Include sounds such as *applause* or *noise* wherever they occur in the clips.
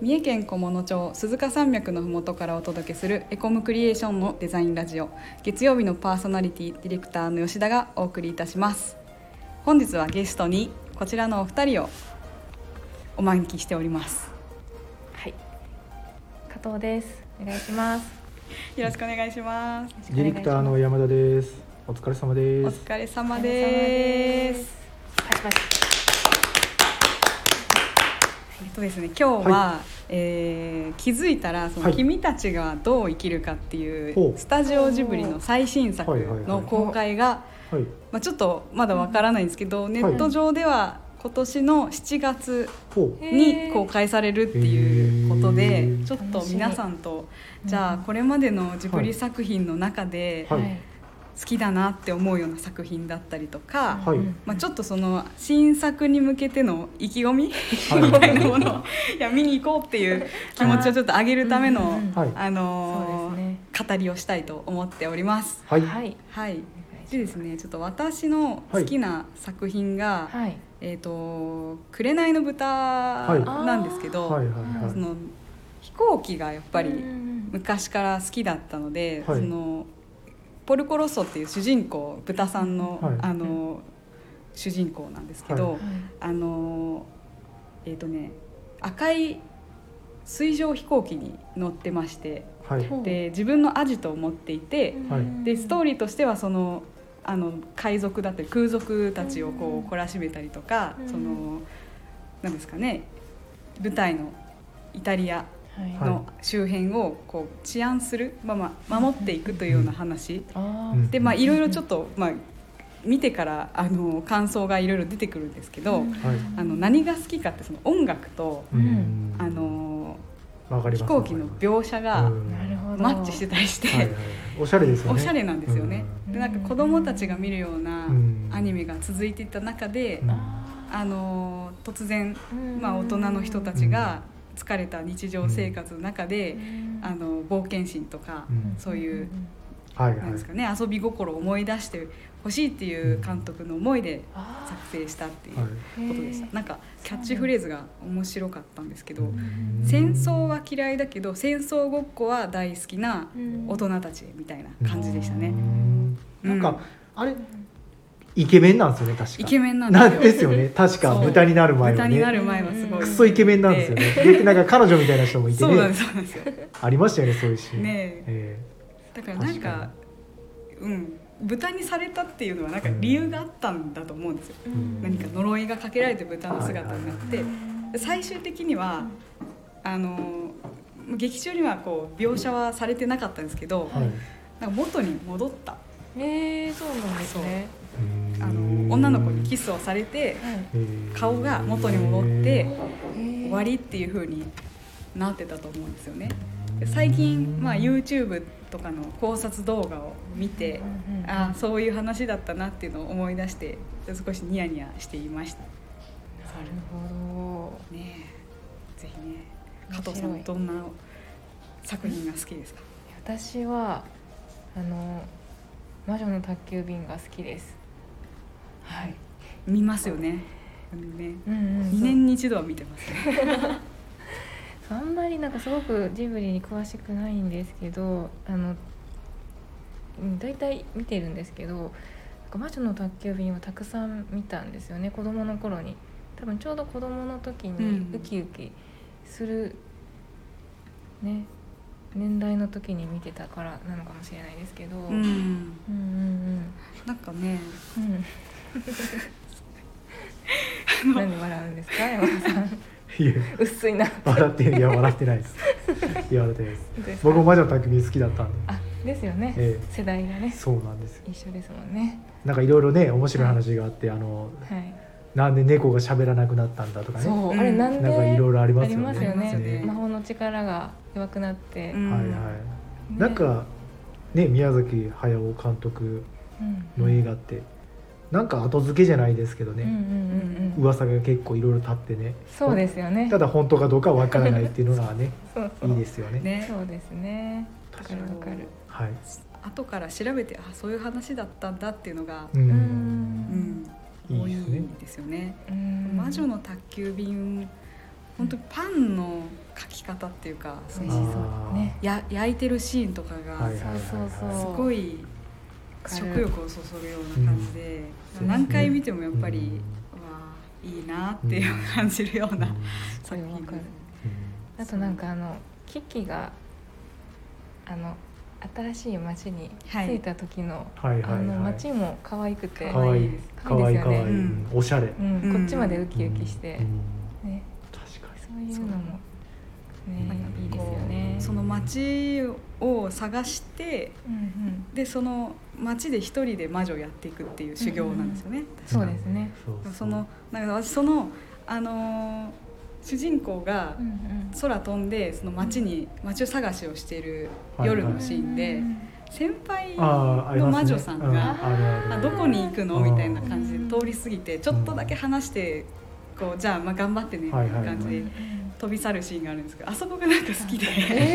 三重県小物町鈴鹿山脈のふもとからお届けするエコムクリエーションのデザインラジオ月曜日のパーソナリティディレクターの吉田がお送りいたします本日はゲストにこちらのお二人をお招きしておりますはい。加藤です。お願いします。よろしくお願いしますディレクターの山田です。お疲れ様おです。疲れ様ですパチパチ。えっとですね、今日は、えー気づいたらその、はい君たちがどう生きるか」っていほううスタジオジブリの最新作はいはいはのい公開が、はい。まあ、ちょっとまだわからないんですけど、ネット上では今年の7月ほう。に公開されるっていうことへでーちょっと皆さんとじゃあこれまでのジブリ作品の中ではい好きだなって思うような作品だったりとか、はいまあ、ちょっとその新作に向けての意気込みはいみたいなものをいや見に行こうっていう気持ちをちょっと上げるためうんうのんうんはいあそのうですーね語りをしたいと思っております。はい。ははい。い。はい。おで願いしですね、ちょっと私の好きな作品がますはい。えっと紅の豚いなんですけど、はい。あそはの飛行機がやっぱりうんうん昔から好きだったので、はいそのポル・コロッソっていう主人公豚さんの、はいあの主人公なんですけど、はあのえっ、とね赤い水上飛行機に乗ってましてい。はい。で自分のアジトを持っていて、はいでストーリリーとしてはそのあの海賊だったり空賊たちをこう懲らしめたりとか、うんそのなんですかね舞台のイタリアーはいの周辺をこう治安する、まあ、まあ守っていくというような話あうんーでまあいろいろちょっと、まあ、見てからあの感想がいろいろ出てくるんですけど、うんはいあの何が好きかってその音楽と、うんあ。のわかり飛ます。行機の描写がうんなるほど。マッチしてたりして、はいはい。おしゃれですよね。おしゃれなんですよね。うんでなんか子供たちが見るようなうんアニメが続いていった中で、うんああのー突然、ーまあ、大人の人たちが疲れた日常生活の中で、うんあの冒険心とか、うんそういう、はいはなんですい。かね、遊び心を思い出してほしいっていう監督の思いであ作成したっていうはいことでした、へーなんかキャッチフレーズが面白かったんですけど、ん戦争は嫌いだけど戦争ごっこは大好きな大人たちみたいな感じでしたねう。んうなんんか、あれ。イケメンなんですよね、確か。イケメンなんなんでですすよ。よね、確かそう豚になる前は豚になね。る前はすごい。うクんソイケメンなんですよね。で、なんか彼女みたいな人もいてそうなんでね。す。そうなんですよ。ありましたよね、そういうシーン。ねええだからなん確かか、うん、豚にされたっていうのはなんか理由があったんだと思うんですよ。うん何か呪いがかけられて豚の姿になっうて、んで最終的にはあの劇中にはこう描写はされてなかったんですけど、えはい。なんか元に戻った。えーそうなんですね。あの女の子にキスをされてはい顔が元に戻って終終わりっていう風になってたと思うんですよね。で最近、まあ、YouTube とかの考察動画を見てああそういう話だったなっていうのを思い出して少しニヤニヤしていましたなるほど。ねえぜひね加藤さ面白んいどんな作品が好きですか私はあの魔女の宅急便が好きです。はい。見ますよねあのねうんうん2年に一度は見てますねそうあんまりなんかすごくジブリに詳しくないんですけど、あのうん大体見てるんですけど、なんか魔女の宅急便をたくさん見たんですよね。子供の頃に、多分ちょうど子供の時うんにウキウキする、ね年代の時に見てたからなのかもしれないですけど。う、んうんうんなんかねうんうん。なんで笑うんですか山田さん *laughs* いや薄いな笑っていや笑って *laughs* ないですいや笑ってないです僕も魔女の宅急便好きだったんで、あですよね、え世代がえねそうなんですよ一緒ですもんねなんかいろいろね面白い話があってあのはいなんで猫が喋らなくなったんだとかそう、ねうんあれなんでなんかいろいろありますよねありますよねありますよね魔法の力が弱くなって、うんはいはい、なんかね宮崎駿監督の映画ってなんか後付けじゃないですけどうんうんね、うんうん噂が結構いろいろ立ってねそうですよねただ本当かどうかわからないっていうのがねそう *laughs* そういいですよねねそうですねわかるわかるはい、後から調べてあそういう話だったんだっていうのがう、うんうんんい多いいですねですよねうん魔女の宅急便本当にパンの描き方っていうかそ美の味しそうだねや焼いてるシーンとかがはいはいはいそうそうすそうごい食欲をそそるような感じで、うん何回見てもやっぱり、うんわあいいなっていう感じるようなすご作い品わかるうんあとなんかあのキキがあの新しい町にはい着いた時の、はいはいあのはい町も可愛くて、可かわいいか可わ愛いいですよいかねわいいうんおしゃれうんうんこっちまでウキウキしてう、んね、確かそういうのも、ねうんいいですよね。その街を探してうんうん、でその街で一人で魔女をやっていくっていう修行なんですよね。にそうですねそうそうそのなんか私そのあのー主人公がうんうん空飛んでその街に街を探しをしているはい夜はいのシーンで、先輩あーありのますね魔女さんうがあるあ「るあどこに行くの?」あーみたいな感じで通り過ぎてちょっとだけ話してこうじゃあまあ頑張ってねみたはいいはいなはい感じうでんうん飛び去るシーンがあるんですけどあそこがなんか好きで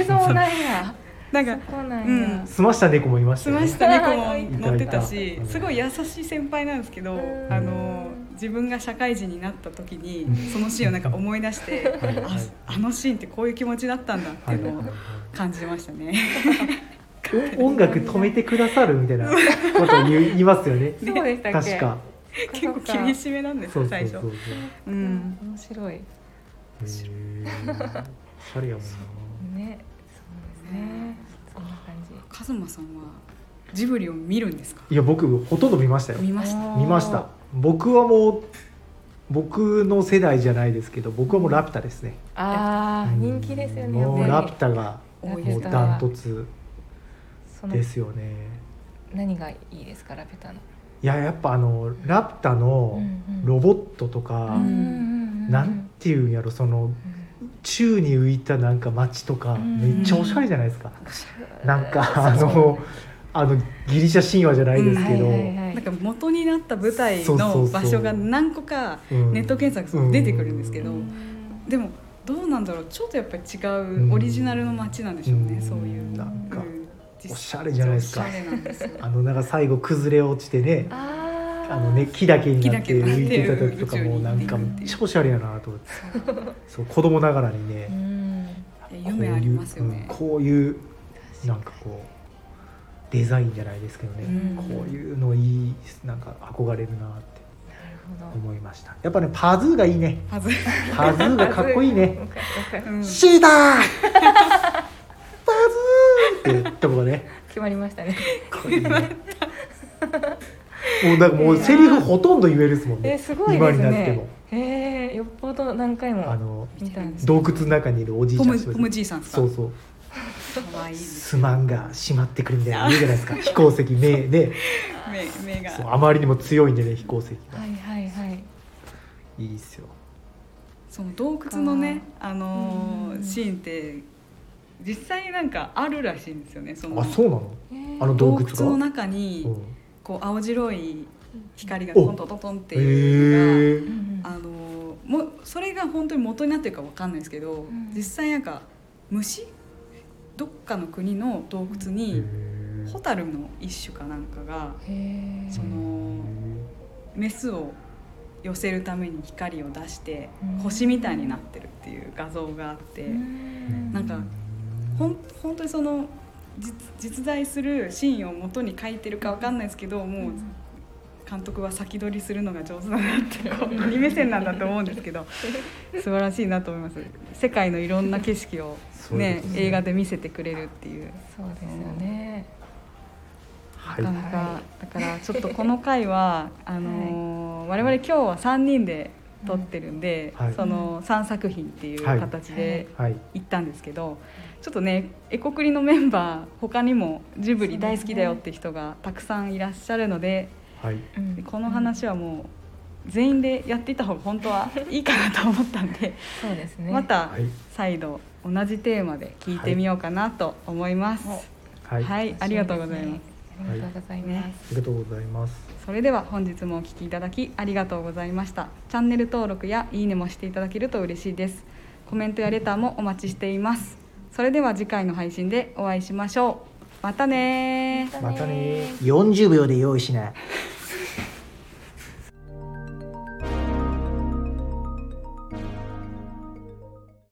えー、そうなんや。 *laughs* なんそかこなんや。うん済ました猫もいました澄よまねした猫もい乗たっいたてたしうんすごい優しい先輩なんですけどうんあの自分が社会人になった時にうんそのシーンをなんか思い出してはいはいああのシーンってこういう気持ちだったんだってはいいはういのはをい感じましたね。お音楽止めてくださるみたいなことを言い言いますよねそうでしたっけ確か *laughs* 結構厳しめなんですそようそう最そうそ初う。ううんん、面白い。へーおしゃれやもんなね、そうですね。そんな感じ。カズマさんはジブリを見るんですかいや僕ほとんど見ましたよ見ましたおー見ました。僕はもう僕の世代じゃないですけど僕はもう「ラピュタ」ですねああ、うん人気ですよね。もう「やラっピぱりュタ」が多いラピもでうすュタダントツそのですよね何がいいですかラピュタの。いややっぱあの「ラピュタ」のロボットとか、うんなんていうんやろその宙に浮いたなんか街とか、うんめっちゃおしゃれじゃないですか、うなんかあのあのギリシャ神話じゃないですけど、うんはいはいはいなんか元になった舞台そうそうのそう場所が何個かうんネット検索で出てくるんですけどうでもどうなんだろうちょっとやっぱり違うんうオリジナルの街なんでしょうね、うんそういうなんかうん実おしゃれじゃないですかおしゃれなん *laughs* ですよあのなんか最後崩れ落ちてねあーあのね木だけになって木だけになっ浮ていてた時とかも宇宙になんか行くっていうめっちゃおしゃれやなと思ってそう子供ながらにうねんいや夢ありますよねこういう,、うん、こういうなんかこうデザインじゃないですけどね、うんこういうのいいなんか憧れるなってなるほど。思いましたやっぱねパズーがいいねはず、 *laughs* パズーがかっこいいねわかるわかうるん、シーターパズーってとこがね *laughs* 決まりましたね。 *laughs* もうなんかもうセリフほとんど言えるですもんねえー、すごい今ですになってもね。ええ、よっぽど何回あもの見たんです。洞窟の中にいるおじいちポゃんム一人ポムじいさんですかそうそうかわいいですすまんが閉まってくるみたいな言うじゃないですか飛行石目ね目目がそうあまりにも強いんでね飛行石が、はいはいはい。い、いっすよその洞窟のねあのーうんシーンって実際なんかあるらしいんですよねそのあそうなのえーあの洞洞窟窟がの中にうんこう青白い光がトントントントンってへいうえうんうんのが、あのーもそれが本当に元になってるかわかんないですけど、ん実際なんか虫どっかの国の洞窟にホタルの一種かなんかがへえ。そのメスを寄せるために光を出してうん星みたいになってるっていう画像があって。うんなんかほん本当にその実実在するシーンを元に書いてるかわかんないですけどもう監督は先取りするのが上手だなってこう二目線なんだと思うんですけ *laughs* ど素晴らしいなと思います世界のいろんな景色を、そういうねことですね映画で見せてくれるっていうそうですよね。はないかなか、だからちょっとこの回はあのー我々今日は3人で撮ってるんで、うんはいその3作品っていうはい形で、はいはい行ったんですけどちょっとねエコクリのメンバー他にもジブリ大好きだよって人がたくさんいらっしゃるのではいうんこの話はもう全員でやっていった方が本当はいいかなと思ったんで、そうですね。またはい再度同じテーマで聞いてみようかなと思います。はいは、はいい、ありがとうございます。ありがとうございます。ねありがとうございますそれでは本日もお聞きいただきありがとうございましたチャンネル登録やいいねもしていただけると嬉しいですコメントやレターもお待ちしていますそれでは次回の配信でお会いしましょうまたねーまたね40秒で用意しない